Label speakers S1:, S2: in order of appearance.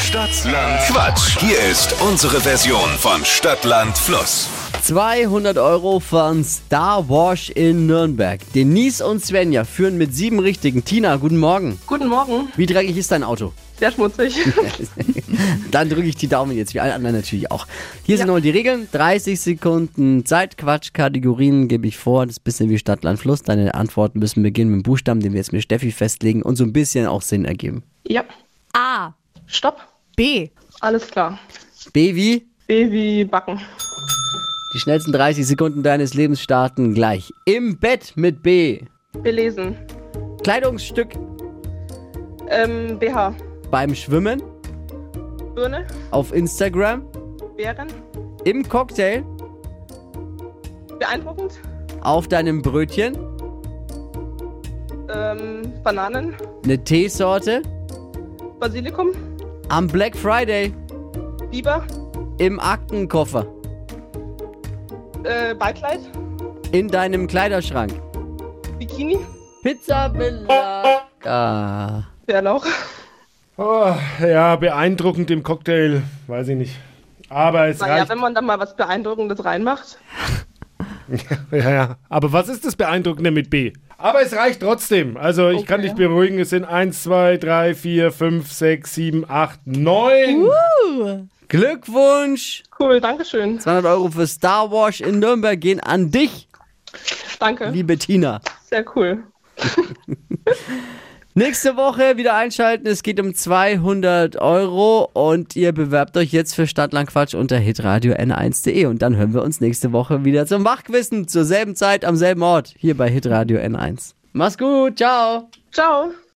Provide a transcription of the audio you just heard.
S1: Stadtland Quatsch. Hier ist unsere Version von Stadtland Fluss.
S2: 200 Euro von Star Wash in Nürnberg. Denise und Svenja führen mit sieben richtigen. Tina, guten Morgen.
S3: Guten Morgen,
S2: Wie dreckig ist dein Auto?
S3: sehr schmutzig.
S2: Dann drücke ich die Daumen jetzt, wie alle anderen natürlich auch. Hier sind nochmal die Regeln. 30 Sekunden Zeit, Quatsch, Kategorien gebe ich vor. Das ist ein bisschen wie Stadt, Land, Fluss. Deine Antworten müssen beginnen mit dem Buchstaben, den wir jetzt mit Steffi festlegen und so ein bisschen auch Sinn ergeben.
S3: ja,
S4: A.
S3: stopp.
S4: B.
S3: Alles klar.
S2: Baby,
S3: Baby backen.
S2: die schnellsten 30 Sekunden deines Lebens starten gleich. Im Bett mit B.
S3: Belesen.
S2: Kleidungsstück
S3: Ähm, BH.
S2: beim Schwimmen.
S3: Birne.
S2: Auf Instagram.
S3: Bären.
S2: Im Cocktail.
S3: Beeindruckend.
S2: auf deinem Brötchen,
S3: Ähm, Bananen.
S2: eine Teesorte,
S3: Basilikum.
S2: am Black Friday,
S3: Biber.
S2: im Aktenkoffer,
S3: Äh, Beikleid.
S2: in deinem Kleiderschrank.
S3: Bikini.
S2: Pizza Belaka.
S3: Bärlauch.
S5: Oh, ja, beeindruckend im Cocktail, weiß ich nicht. Aber es
S3: Naja,
S5: reicht.
S3: wenn man da mal was Beeindruckendes reinmacht.
S5: Ja, ja. Aber was ist das Beeindruckende mit B? Aber es reicht trotzdem. Also ich kann dich beruhigen. Es sind 1, 2, 3, 4, 5, 6, 7, 8, 9.
S2: Glückwunsch!
S3: Cool, Dankeschön.
S2: 200 Euro für Star Wars in Nürnberg gehen an dich,
S3: Danke.
S2: liebe Tina.
S3: Sehr cool.
S2: Nächste Woche wieder einschalten. Es geht um 200 Euro und ihr bewerbt euch jetzt für Stadtlandquatsch unter hitradio n1.de und dann hören wir uns nächste Woche wieder zum Wachquissen zur selben Zeit am selben Ort hier bei hitradio n1. Mach's gut, ciao.
S3: Ciao.